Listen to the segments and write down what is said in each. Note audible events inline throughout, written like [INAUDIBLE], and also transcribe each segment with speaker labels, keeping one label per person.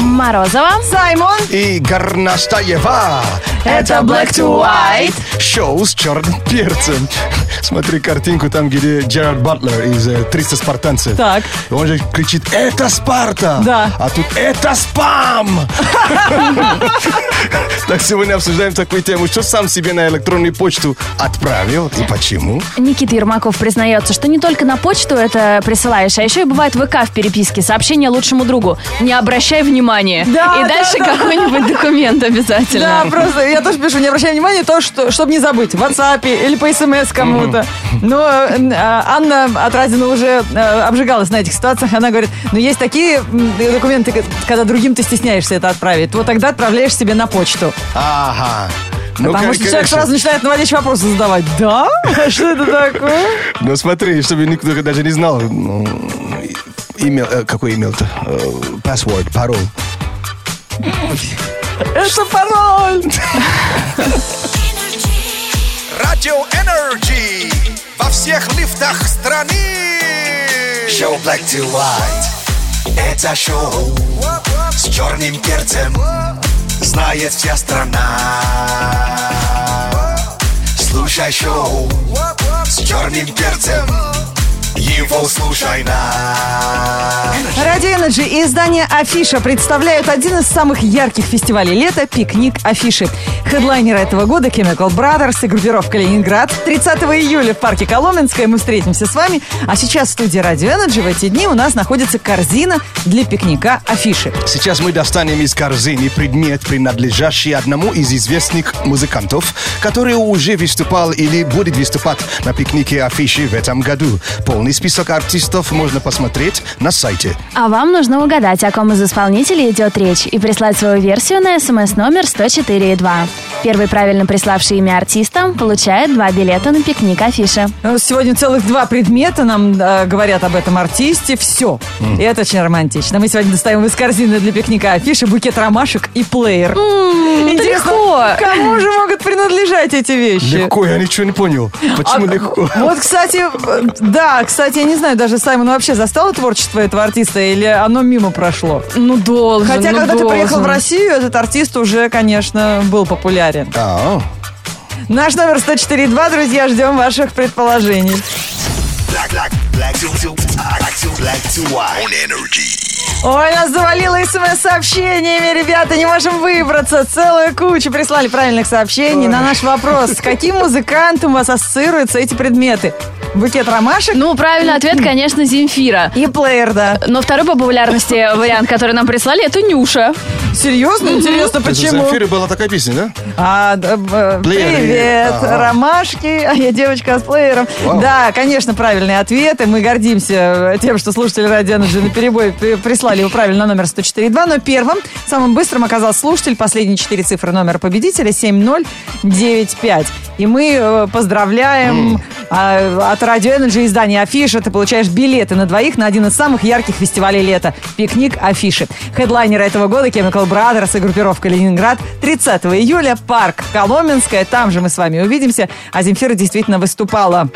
Speaker 1: Морозова.
Speaker 2: Саймон.
Speaker 3: и Горнастаева.
Speaker 2: Это Black to White.
Speaker 3: Шоу с черным перцем. Смотри картинку там, где Джерард Батлер из э, 300 спартанцев.
Speaker 2: Так.
Speaker 3: Он же кричит, это Спарта.
Speaker 2: Да.
Speaker 3: А тут это спам. [LAUGHS] Так сегодня обсуждаем такую тему, что сам себе на электронную почту отправил и почему.
Speaker 1: Никита Ермаков признается, что не только на почту это присылаешь, а еще и бывает ВК в переписке. Сообщение лучшему другу. Не обращай внимания.
Speaker 2: Да,
Speaker 1: и
Speaker 2: да,
Speaker 1: дальше
Speaker 2: да.
Speaker 1: какой-нибудь [LAUGHS] документ обязательно.
Speaker 2: Да, просто я тоже пишу, не обращай внимания, то, что, чтобы не забыть, в WhatsApp или по смс кому-то. Но э, э, Анна Отразина уже э, обжигалась на этих ситуациях. Она говорит, ну есть такие м, документы, к- когда другим ты стесняешься это отправить. Вот тогда отправляешь себе на почту.
Speaker 3: Ага. Ну,
Speaker 2: Потому
Speaker 3: кон-
Speaker 2: что человек
Speaker 3: конечно.
Speaker 2: сразу начинает наводящие вопросы задавать. Да? Что это такое?
Speaker 3: Ну смотри, чтобы никто даже не знал. ну, Имейл, э, какой имейл-то? Э, Password, пароль.
Speaker 2: Это пароль.
Speaker 4: Радио Энерджи во всех лифтах страны. Шоу Black to White. Это шоу с черным перцем. Знает вся страна. Слушай шоу с черным перцем. Его слушай на.
Speaker 2: Радио Energy и издание «Афиша» представляют один из самых ярких фестивалей лета – «Пикник Афиши». Хедлайнеры этого года – Chemical Brothers и группировка «Ленинград». 30 июля в парке Коломенское мы встретимся с вами. А сейчас в студии Радио Energy в эти дни у нас находится корзина для пикника «Афиши».
Speaker 3: Сейчас мы достанем из корзины предмет, принадлежащий одному из известных музыкантов, который уже выступал или будет выступать на пикнике афиши в этом году. Полный список артистов можно посмотреть на сайте.
Speaker 1: А вам нужно угадать, о ком из исполнителей идет речь, и прислать свою версию на смс номер 104.2. Первый правильно приславший имя артиста получает два билета на пикник афиши.
Speaker 2: Ну, Сегодня целых два предмета нам э, говорят об этом артисте. Все. И это очень романтично. Мы сегодня достаем из корзины для пикника афиши букет ромашек и плеер. Интересно,
Speaker 1: легко.
Speaker 2: кому же могут принадлежать эти вещи?
Speaker 3: Легко, я ничего не понял. Почему
Speaker 2: А,
Speaker 3: легко?
Speaker 2: Вот, кстати, э, да, кстати, я не знаю, даже Саймон вообще застало творчество этого артиста или оно мимо прошло?
Speaker 1: Ну, должен,
Speaker 2: Хотя, когда ты приехал в Россию, этот артист уже, конечно, был популярен.
Speaker 3: А,
Speaker 2: Наш номер 104.2, друзья, ждем ваших предположений.
Speaker 4: Black, black, black to, to, black to, black to white. On Energy.
Speaker 2: Ой, нас завалило смс-сообщениями, ребята, не можем выбраться. Целую кучу прислали правильных сообщений на наш вопрос. С каким музыкантом у вас ассоциируются эти предметы? Букет ромашек
Speaker 1: Ну, правильный [LAUGHS] ответ, конечно, Земфира.
Speaker 2: и плеер, да.
Speaker 1: Но второй по популярности [LAUGHS] вариант, который нам прислали, это Нюша.
Speaker 2: Серьезно? Интересно, почему?
Speaker 3: в эфире была такая песня, да?
Speaker 2: А, да, б-
Speaker 3: Плееры.
Speaker 2: привет,
Speaker 3: э, Ага.
Speaker 2: ромашки, [LAUGHS] а я девочка с плеером.
Speaker 3: Вау.
Speaker 2: Да, конечно, правильные ответы. Мы гордимся э, тем, что слушатели Радио Energy на перебой при- прислали его правильно на номер 104.2, но первым, самым быстрым оказался слушатель. Последние четыре цифры номера победителя 7095. И мы э, поздравляем а, от Радио Energy издания «Афиша». Ты получаешь билеты на двоих на один из самых ярких фестивалей лета – «Пикник Афиши». Хедлайнеры этого года – Chemical Brothers и группировка «Ленинград». 30 июля – парк Коломенская. Там же мы с вами увидимся. А Земфира действительно выступала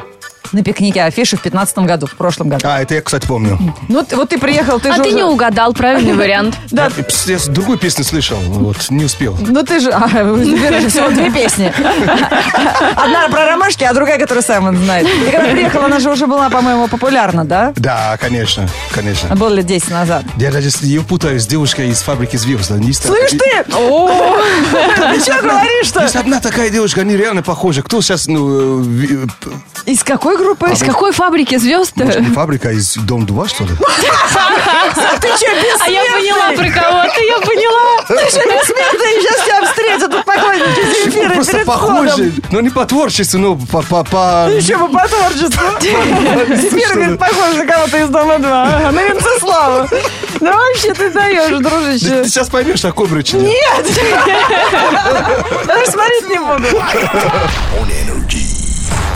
Speaker 2: на пикнике афиши в 15 году, в прошлом году.
Speaker 3: А, это я, кстати, помню.
Speaker 2: Ну, ты- вот ты приехал, ты
Speaker 1: А
Speaker 2: же
Speaker 1: ты
Speaker 2: уже-
Speaker 1: не угадал правильный вариант.
Speaker 2: Да,
Speaker 3: Я, пс, я другую песню слышал, вот, не успел.
Speaker 2: ну ты же... А, у Земфиры же всего две песни. Одна про ромашки, а другая, которую Саймон знает. Ты когда приехала, она же уже была, по-моему, популярна, да?
Speaker 3: Да, конечно, конечно.
Speaker 2: Было лет 10 назад.
Speaker 3: Я даже с- ее путаю с девушкой из фабрики звезд. Они с-
Speaker 2: Слышь ты! О, Ты что говоришь-то?
Speaker 3: Есть одна такая девушка, они реально похожи. Кто сейчас, ну, э, ви- э, п-
Speaker 2: Из какой группы? Из
Speaker 1: С
Speaker 2: какой?
Speaker 1: какой фабрики звезд?
Speaker 3: может, не фабрика а из Дом 2, что ли?
Speaker 2: Ты что, бессмертный?
Speaker 1: А я поняла про кого ты, я поняла.
Speaker 2: Ты что, бессмертный? Сейчас тебя встретят тут поклонники Земфиры
Speaker 3: Типа, Просто
Speaker 2: перед входом.
Speaker 3: похожи. Но не по творчеству, но по... по, по-
Speaker 2: Еще бы по творчеству. Земфира, говорит, похож на кого-то из Дома 2. На Венцеслава. Ну вообще ты даешь, дружище.
Speaker 3: Ты сейчас а поймешь, о ком речь идет.
Speaker 2: Нет! Даже смотреть не буду.
Speaker 4: On Energy.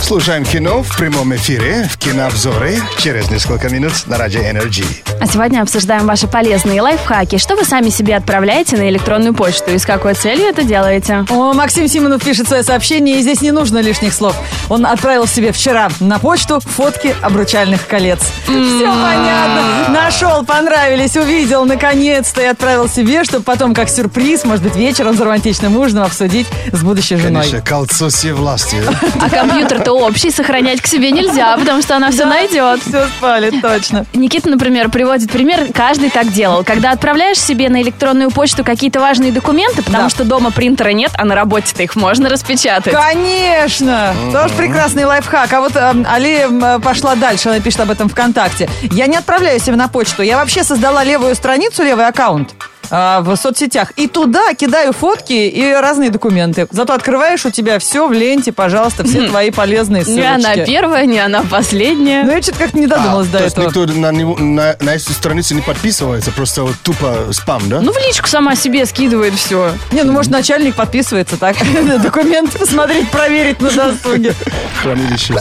Speaker 3: Слушаем кино в прямом эфире, в кинообзоре через несколько минут на Радио Энерджи.
Speaker 1: [LAUGHS] А сегодня обсуждаем ваши полезные лайфхаки. Что вы сами себе отправляете на электронную почту и с какой целью это делаете?
Speaker 2: О, Максим Симонов пишет свое сообщение, и здесь не нужно лишних слов. Он отправил себе вчера на почту фотки обручальных колец. Все
Speaker 1: А.
Speaker 2: понятно. Нашел, понравились, увидел, наконец-то, и отправил себе, чтобы потом, как сюрприз, может быть, вечером за романтичным ужином обсудить с будущей женой.
Speaker 3: Конечно, кольцо
Speaker 2: [LAUGHS]
Speaker 3: всевластия.
Speaker 1: А компьютер-то общий, сохранять к себе нельзя, потому что она все найдет.
Speaker 2: Все спали, точно.
Speaker 1: Никита, например, приводит пример, каждый так делал. Когда отправляешь себе на электронную почту какие-то важные документы, потому
Speaker 2: Да.
Speaker 1: что дома принтера нет, а на работе-то их можно распечатать.
Speaker 2: Конечно! Тоже прекрасный лайфхак. А вот эм, Али эм, пошла дальше, она пишет об этом ВКонтакте. Я не отправляю себе на почту. Я вообще создала левую страницу, левый аккаунт э, в соцсетях. И туда кидаю фотки и разные документы. Зато открываешь у тебя все в ленте, пожалуйста, все твои полезные ссылочки.
Speaker 1: Не она первая, не она последняя.
Speaker 2: Ну, я что-то как-то не додумалась до
Speaker 3: А, то есть
Speaker 2: этого.
Speaker 3: никто на, него- на- на эту страницу не подписывается, просто вот тупо спам, да?
Speaker 1: Ну, в личку сама себе скидывает все.
Speaker 2: Не, ну, может, начальник подписывается так. [LAUGHS] Документы посмотреть, проверить на досуге.
Speaker 3: Хранилище.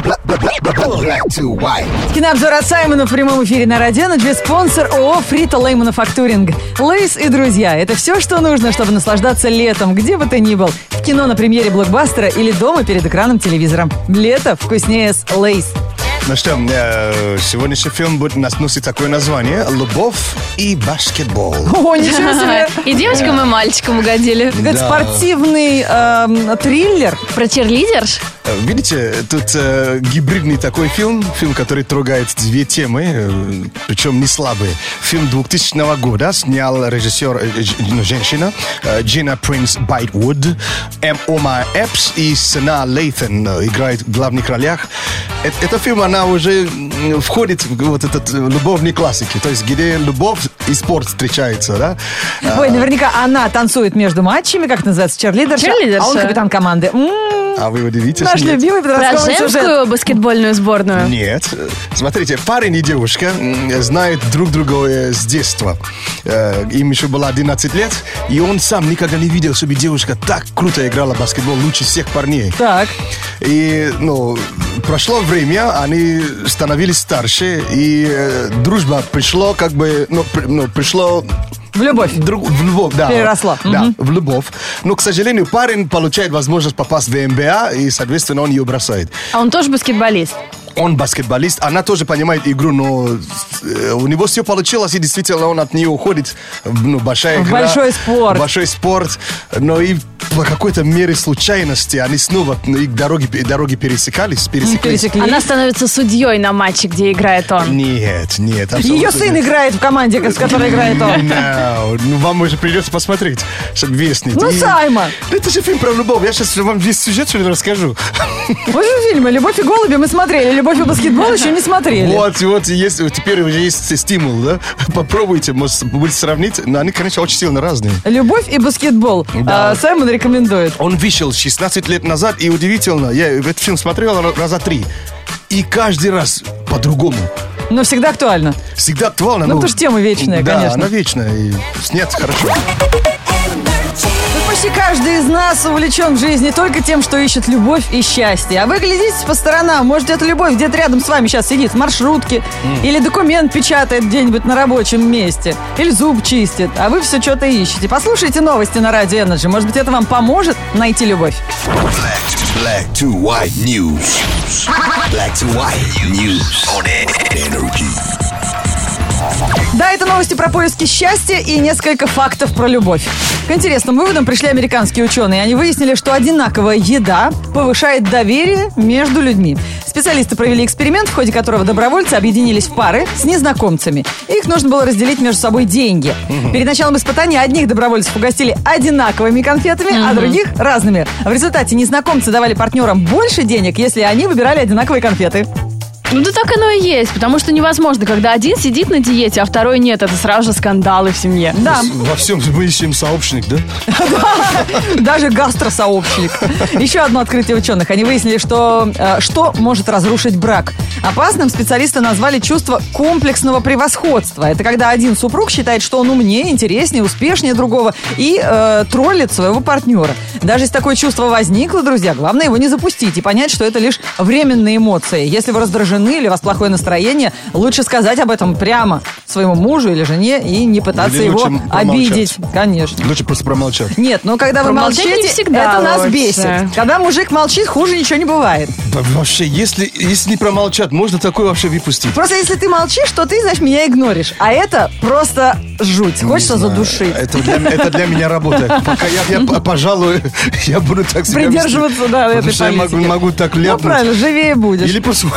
Speaker 4: Black to white.
Speaker 2: Кинообзор от Саймона в прямом эфире на Радио Energy, спонсор ООО «Фрита Лей Мануфактуринг». Лейс и друзья – это все, что нужно, чтобы наслаждаться летом, где бы ты ни был. В кино на премьере блокбастера или дома перед экраном телевизора. Лето вкуснее с Лейс.
Speaker 3: Ну что, э, сегодняшний фильм будет нас носит такое название «Любовь и баскетбол».
Speaker 2: О, ничего
Speaker 1: [LAUGHS]
Speaker 2: себе!
Speaker 1: И девочкам, и мальчикам угодили.
Speaker 2: Это
Speaker 3: Да.
Speaker 2: спортивный эм, триллер.
Speaker 1: Про черлидерш?
Speaker 3: Э, Видите, тут э, гибридный такой фильм, фильм, который трогает две темы, э, причем не слабые. Фильм 2000 года снял режиссер, э, ж- ну, женщина, э, Джина Принц Байтвуд, М. Ома Эпс и Сена Лейтон э, играют в главных ролях. Э, Этот фильм, она уже м, входит в вот этот э, любовный классики, то есть где любовь и спорт встречаются, да? Э,
Speaker 2: Ой, наверняка она танцует между матчами, как называется, черлидерша.
Speaker 1: Черлидерша.
Speaker 2: А он капитан команды. М-м-м. М,
Speaker 3: А вы удивитесь?
Speaker 2: Наш
Speaker 3: нет?
Speaker 2: любимый
Speaker 1: Про
Speaker 2: подростковый
Speaker 1: женскую
Speaker 2: сюжет.
Speaker 1: баскетбольную сборную?
Speaker 3: Нет. Э, Смотрите, парень и девушка м, знают друг друга э, с детства. Э, Им еще было 11 лет, и он сам никогда не видел, чтобы девушка так круто играла в баскетбол лучше всех парней.
Speaker 2: Так.
Speaker 3: И, ну, прошло время, они становились старше, и э, дружба пришло как бы, ну, при- ну, пришло...
Speaker 2: В любовь.
Speaker 3: Друг, в любовь, да.
Speaker 2: Переросла.
Speaker 3: Да, в любовь. Но, к сожалению, парень получает возможность попасть в МБА, и, соответственно, он ее бросает.
Speaker 1: А он тоже баскетболист.
Speaker 3: Он баскетболист, она тоже понимает игру, но э, у него все получилось, и действительно он от нее уходит. Ну, большая
Speaker 2: В
Speaker 3: игра,
Speaker 2: большой спорт.
Speaker 3: Большой спорт. Но и по какой-то мере случайности они снова ну, и дороги, дороги пересекались. пересеклись.
Speaker 2: Пересекли.
Speaker 1: Она становится судьей на матче, где играет он.
Speaker 3: Нет, нет.
Speaker 2: Ее
Speaker 3: абсолютно
Speaker 2: сын
Speaker 3: нет.
Speaker 2: играет в команде, с которой
Speaker 3: [LAUGHS]
Speaker 2: играет он.
Speaker 3: No, ну, вам уже придется посмотреть, чтобы вестник.
Speaker 2: Ну, Саймон.
Speaker 3: Это же фильм про любовь. Я сейчас вам весь сюжет что ли расскажу.
Speaker 2: Мы же фильмы «Любовь и голуби» мы смотрели, «Любовь и
Speaker 3: [LAUGHS]
Speaker 2: баскетбол» еще не смотрели.
Speaker 3: Вот, вот, и есть, вот теперь уже есть стимул, да? [LAUGHS] Попробуйте, может, будете сравнить. Но они, конечно, очень сильно разные.
Speaker 2: «Любовь и баскетбол»
Speaker 3: Да.
Speaker 2: а, Саймон рекомендует.
Speaker 3: Он вышел 16 лет назад, и удивительно, я этот фильм смотрел ра- раза три. И каждый раз по-другому.
Speaker 2: Но всегда актуально.
Speaker 3: Всегда актуально.
Speaker 2: Ну, потому что тема вечная,
Speaker 3: да,
Speaker 2: конечно.
Speaker 3: она вечная. И снят хорошо.
Speaker 2: Ну, Почти каждый из нас увлечен в жизни только тем, что ищет любовь и счастье. А вы глядите по сторонам, может, это любовь где-то рядом с вами сейчас сидит, в маршрутке, или документ печатает где-нибудь на рабочем месте, или зуб чистит, а вы все что-то ищете. Послушайте новости на Радио Energy, может быть, это вам поможет найти любовь.
Speaker 4: Black to, black to white news. Black to white news on energy.
Speaker 2: Да, это новости про поиски счастья и несколько фактов про любовь. К интересным выводам пришли американские ученые. Они выяснили, что одинаковая еда повышает доверие между людьми. Специалисты провели эксперимент, в ходе которого добровольцы объединились в пары с незнакомцами. Их нужно было разделить между собой деньги. Перед началом испытания одних добровольцев угостили одинаковыми конфетами, а других разными. В результате незнакомцы давали партнерам больше денег, если они выбирали одинаковые конфеты.
Speaker 5: Ну да так оно и есть, потому что невозможно, когда один сидит на диете, а второй нет, это сразу же скандалы в семье.
Speaker 2: Да,
Speaker 3: Во всем мы ищем сообщник, да?
Speaker 2: даже гастросообщник. Еще одно открытие ученых. Они выяснили, что э, что может разрушить брак. Опасным специалисты назвали чувство комплексного превосходства. Это когда один супруг считает, что он умнее, интереснее, успешнее другого и э, троллит своего партнера. Даже если такое чувство возникло, друзья, главное его не запустить и понять, что это лишь временные эмоции. Если вы раздражены или у вас плохое настроение, лучше сказать об этом прямо своему мужу или жене и не пытаться
Speaker 3: Или
Speaker 2: его
Speaker 3: лучше промолчать.
Speaker 2: обидеть. Конечно.
Speaker 3: Лучше просто промолчать.
Speaker 2: Нет, ну когда вы
Speaker 5: Промолчать
Speaker 2: молчите,
Speaker 5: не всегда
Speaker 2: это нас
Speaker 5: лучше.
Speaker 2: бесит. Когда мужик молчит, хуже ничего не бывает.
Speaker 3: Да вообще, если, если не промолчать, можно такое вообще выпустить.
Speaker 2: Просто если ты молчишь, то ты, значит, меня игноришь. А это просто жуть. Хочется
Speaker 3: Не знаю,
Speaker 2: задушить.
Speaker 3: Это для, это для меня работа. Пока я, я, пожалуй, я буду так себя вести.
Speaker 2: Придерживаться, да,
Speaker 3: Потому
Speaker 2: этой
Speaker 3: что я могу,
Speaker 2: политики.
Speaker 3: могу так
Speaker 2: Ну,
Speaker 3: ляпнуть.
Speaker 2: правильно, живее будешь.
Speaker 3: Или просто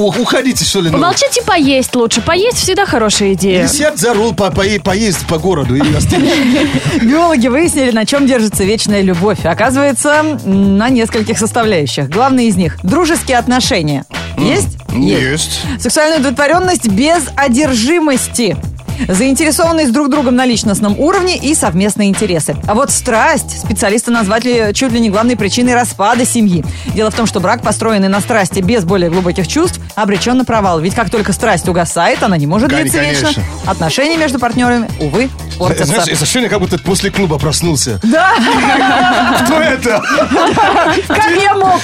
Speaker 3: у- уходите, что ли. ну.
Speaker 5: Помолчать и поесть лучше. Поесть всегда хорошая
Speaker 3: Или
Speaker 5: идея.
Speaker 3: сядь за руль, по, по, поезд по городу. И остановись.
Speaker 2: Биологи выяснили, на чем держится вечная любовь. Оказывается, м, на нескольких составляющих. Главные из них – дружеские отношения. Есть?
Speaker 3: Есть.
Speaker 2: Сексуальная удовлетворенность без одержимости. Заинтересованность друг другом на личностном уровне и совместные интересы. А вот страсть специалисты назвали чуть ли не главной причиной распада семьи. Дело в том, что брак, построенный на страсти без более глубоких чувств, обречен на провал. Ведь как только страсть угасает, она не может
Speaker 3: Кон-
Speaker 2: длиться
Speaker 3: конечно.
Speaker 2: вечно. Отношения между партнерами, увы, портятся.
Speaker 3: Знаешь, это ощущение, как будто после клуба проснулся.
Speaker 2: Да,
Speaker 3: Кто это?
Speaker 2: как я мог?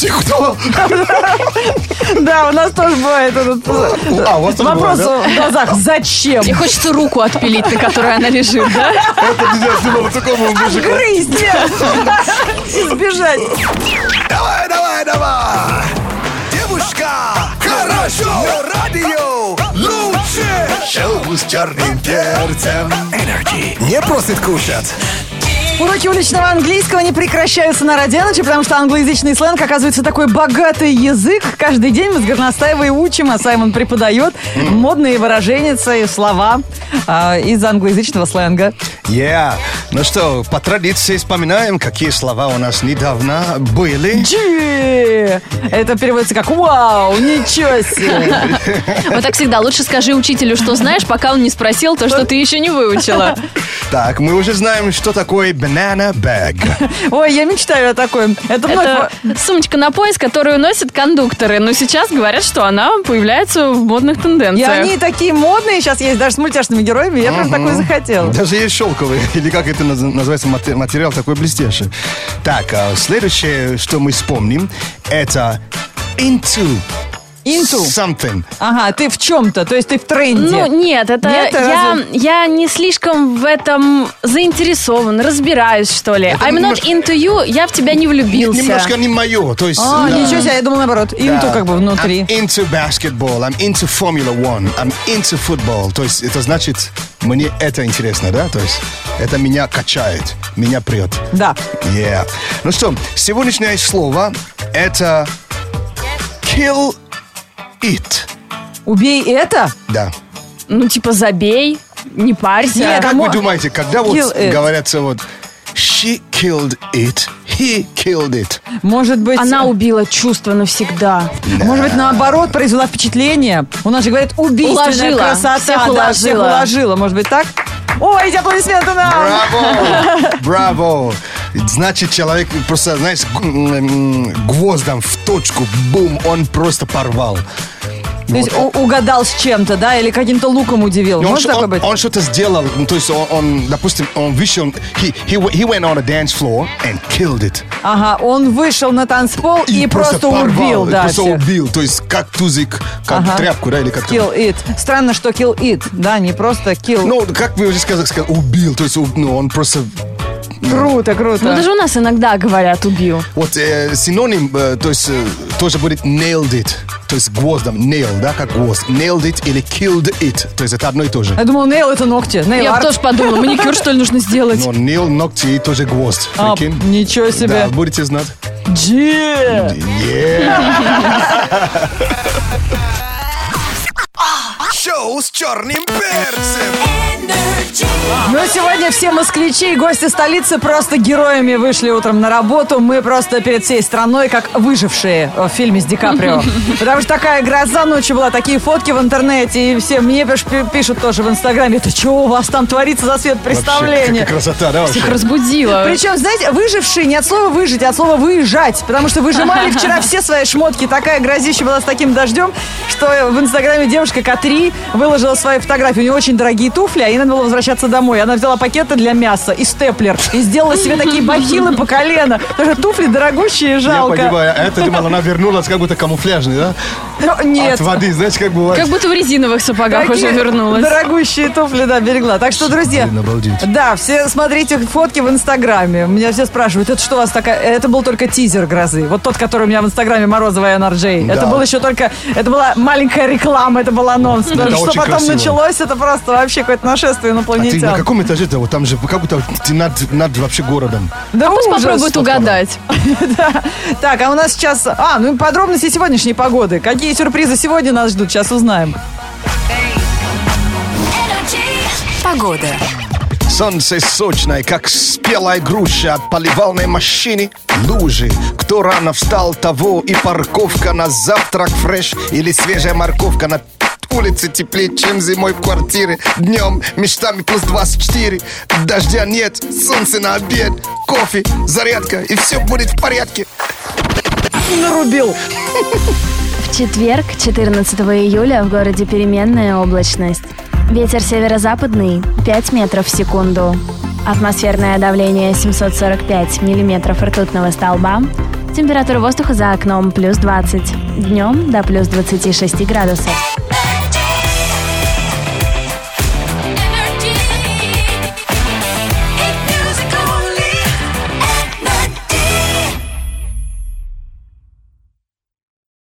Speaker 3: Ты кто?
Speaker 2: [LAUGHS] Да, у нас тоже бывает этот э,
Speaker 3: А, у вас тоже
Speaker 2: вопрос
Speaker 3: бывает,
Speaker 2: в глазах.
Speaker 3: [LAUGHS]
Speaker 2: Зачем?
Speaker 5: Мне хочется руку отпилить, на которой она лежит,
Speaker 2: [LAUGHS]
Speaker 5: да?
Speaker 3: Это меня думал такому мужику. [LAUGHS]
Speaker 2: Грызть! [LAUGHS] Избежать.
Speaker 4: Давай, давай, давай! Девушка! Хорошо! Но радио лучше! Шоу с черным перцем. Energy. Не просит кушать.
Speaker 2: Уроки уличного английского не прекращаются на Радио потому что англоязычный сленг оказывается такой богатый язык. Каждый день мы с Горностаевой учим, а Саймон преподает модные выраженица и слова а, из англоязычного сленга.
Speaker 3: Yeah. Ну что, по традиции вспоминаем, какие слова у нас недавно были.
Speaker 2: Джи! Это переводится как «Вау, ничего себе!»
Speaker 5: Вот так всегда. Лучше скажи учителю, что знаешь, пока он не спросил то, что ты еще не
Speaker 2: [LAUGHS]
Speaker 5: выучила.
Speaker 3: Так, мы уже знаем, что такое banana bag.
Speaker 2: Ой, я мечтаю о такой. Это вновь...
Speaker 5: Это сумочка на пояс, которую носят кондукторы. Но сейчас говорят, что она появляется в модных
Speaker 2: И
Speaker 5: тенденциях.
Speaker 2: они такие модные сейчас есть, даже с мультяшными героями. [LAUGHS] Я прям такой захотела.
Speaker 3: Даже есть шелковый, [LAUGHS] или как это наз- называется, мате- материал такой блестящий. Так, а следующее, что мы вспомним, это into
Speaker 2: Инту.
Speaker 3: something.
Speaker 2: Ага, ты в чем-то, то есть ты в тренде.
Speaker 5: Ну, нет, это
Speaker 2: Нет,
Speaker 5: я,
Speaker 2: разве?
Speaker 5: я не слишком в этом заинтересован, разбираюсь, что ли. I'm not
Speaker 3: немножко-
Speaker 5: into you, я в тебя не влюбился.
Speaker 3: Немножко не мое, то есть...
Speaker 2: А,
Speaker 3: да.
Speaker 2: ничего себе, я думала наоборот.
Speaker 3: Да.
Speaker 2: Инту Ну, как бы внутри.
Speaker 3: I'm into basketball, I'm into Formula One, I'm into football. То есть это значит, мне это интересно, да? То есть это меня качает, меня прет.
Speaker 2: Да.
Speaker 3: Yeah. Ну что, сегодняшнее слово это kill it.
Speaker 2: Убей это?
Speaker 3: Да.
Speaker 5: Ну, типа, забей, не парься.
Speaker 2: Нет,
Speaker 3: Как
Speaker 2: Кому-
Speaker 3: вы думаете, когда
Speaker 2: Kill
Speaker 3: вот
Speaker 2: it.
Speaker 3: говорятся вот she killed it, he killed it.
Speaker 2: Может быть...
Speaker 5: Она убила чувство навсегда.
Speaker 2: Может быть, наоборот, произвела впечатление. У нас же говорят, убийственная
Speaker 5: Уложила.
Speaker 2: красота.
Speaker 5: Всех
Speaker 2: да,
Speaker 5: уложила.
Speaker 2: всех уложила. Может быть, так? Ой, эти аплодисменты нам! [LAUGHS]
Speaker 3: Браво! Браво! Значит, человек просто, знаешь, г- м, гвоздом в точку, бум, он просто порвал.
Speaker 2: То есть
Speaker 3: Вот.
Speaker 2: у- угадал с чем-то, да? Или каким-то луком удивил.
Speaker 3: он,
Speaker 2: Может
Speaker 3: что-
Speaker 2: такое
Speaker 3: он-
Speaker 2: быть?
Speaker 3: он что-то сделал, ну, то есть он, он, допустим, он вышел, he, he, w- he went on a dance floor and killed it.
Speaker 2: Ага, он вышел на танцпол и, просто,
Speaker 3: порвал,
Speaker 2: убил,
Speaker 3: и
Speaker 2: да,
Speaker 3: Просто
Speaker 2: всех.
Speaker 3: убил, то есть как тузик, как
Speaker 2: Ага.
Speaker 3: тряпку, да, или как
Speaker 2: Kill it. Странно, что kill it, да, не просто kill.
Speaker 3: Ну, как вы уже сказали, сказали, убил, то есть уб- ну, он просто
Speaker 2: круто, круто.
Speaker 5: Ну, даже у нас иногда говорят «убью».
Speaker 3: Вот э, синоним, э, то есть э, тоже будет nailed it, то есть гвоздом, nail, да, как гвоздь. Nailed it или killed it, то есть это одно и то же.
Speaker 2: Я думал, нейл это ногти. Nail
Speaker 5: Я бы
Speaker 2: art.
Speaker 5: тоже подумала, маникюр, что ли, нужно сделать?
Speaker 3: Но nail, ногти и тоже гвоздь.
Speaker 2: А,
Speaker 3: Прикинь?
Speaker 2: ничего
Speaker 3: Да,
Speaker 2: себе.
Speaker 3: будете знать.
Speaker 2: Джи!
Speaker 3: Yeah.
Speaker 4: Шоу с черным перцем.
Speaker 2: Ну, сегодня все москвичи и гости столицы просто героями вышли утром на работу. Мы просто перед всей страной, как выжившие в фильме с Ди Каприо. Потому что такая гроза ночью была, такие фотки в интернете, и все мне пиш- пи- пишут тоже в Инстаграме, это что у вас там творится за свет
Speaker 3: Вообще, какая
Speaker 2: представление?
Speaker 3: красота, да, вообще?
Speaker 5: Всех разбудила.
Speaker 2: Причем, знаете, выжившие не от слова выжить, а от слова выезжать. Потому что выжимали вчера все свои шмотки. Такая грозища была с таким дождем, что в инстаграме девушка Катри выложила свои фотографии. У нее очень дорогие туфли, а ей надо было возвращаться домой. Она взяла пакеты для мяса и степлер. И сделала себе такие бахилы по колено. Потому что туфли дорогущие и
Speaker 3: Я
Speaker 2: жалко.
Speaker 3: понимаю, а это думал, она вернулась как будто камуфляжный, да?
Speaker 2: Но нет.
Speaker 3: От воды, знаешь, как бывает.
Speaker 5: Как будто в резиновых сапогах
Speaker 2: Такие
Speaker 5: уже вернулась.
Speaker 2: Дорогущие туфли, да, берегла. Так что, друзья,
Speaker 3: Блин, обалдеть.
Speaker 2: да, все смотрите фотки в Инстаграме. Меня все спрашивают, это что у вас такая... Это был только тизер грозы. Вот тот, который у меня в Инстаграме Морозова и NRJ. Это
Speaker 3: Да.
Speaker 2: был еще только... Это была маленькая реклама, это был анонс. Потому что
Speaker 3: очень
Speaker 2: потом
Speaker 3: красиво.
Speaker 2: началось, это просто вообще какое-то нашествие
Speaker 3: А ты на
Speaker 2: инопланетян.
Speaker 3: каком этаже-то? Вот там же как будто ты над, над вообще городом.
Speaker 2: Да
Speaker 5: А Пусть
Speaker 2: ужас.
Speaker 5: попробует угадать.
Speaker 2: Да. Так, а у нас сейчас... А, ну и подробности сегодняшней погоды. Какие сюрпризы сегодня нас ждут, сейчас узнаем.
Speaker 6: Погода.
Speaker 3: Солнце сочное, как спелая груша от поливалной машины. Лужи, кто рано встал, того и парковка на завтрак фреш или свежая морковка на улице теплее, чем зимой в квартире. Днем мечтами плюс 24. Дождя нет, солнце на обед, кофе, зарядка, и все будет в порядке.
Speaker 2: Нарубил.
Speaker 1: В четверг, 14 июля, в городе переменная облачность. Ветер северо-западный 5 метров в секунду. Атмосферное давление 745 миллиметров ртутного столба. Температура воздуха за окном плюс 20. Днем до плюс 26 градусов.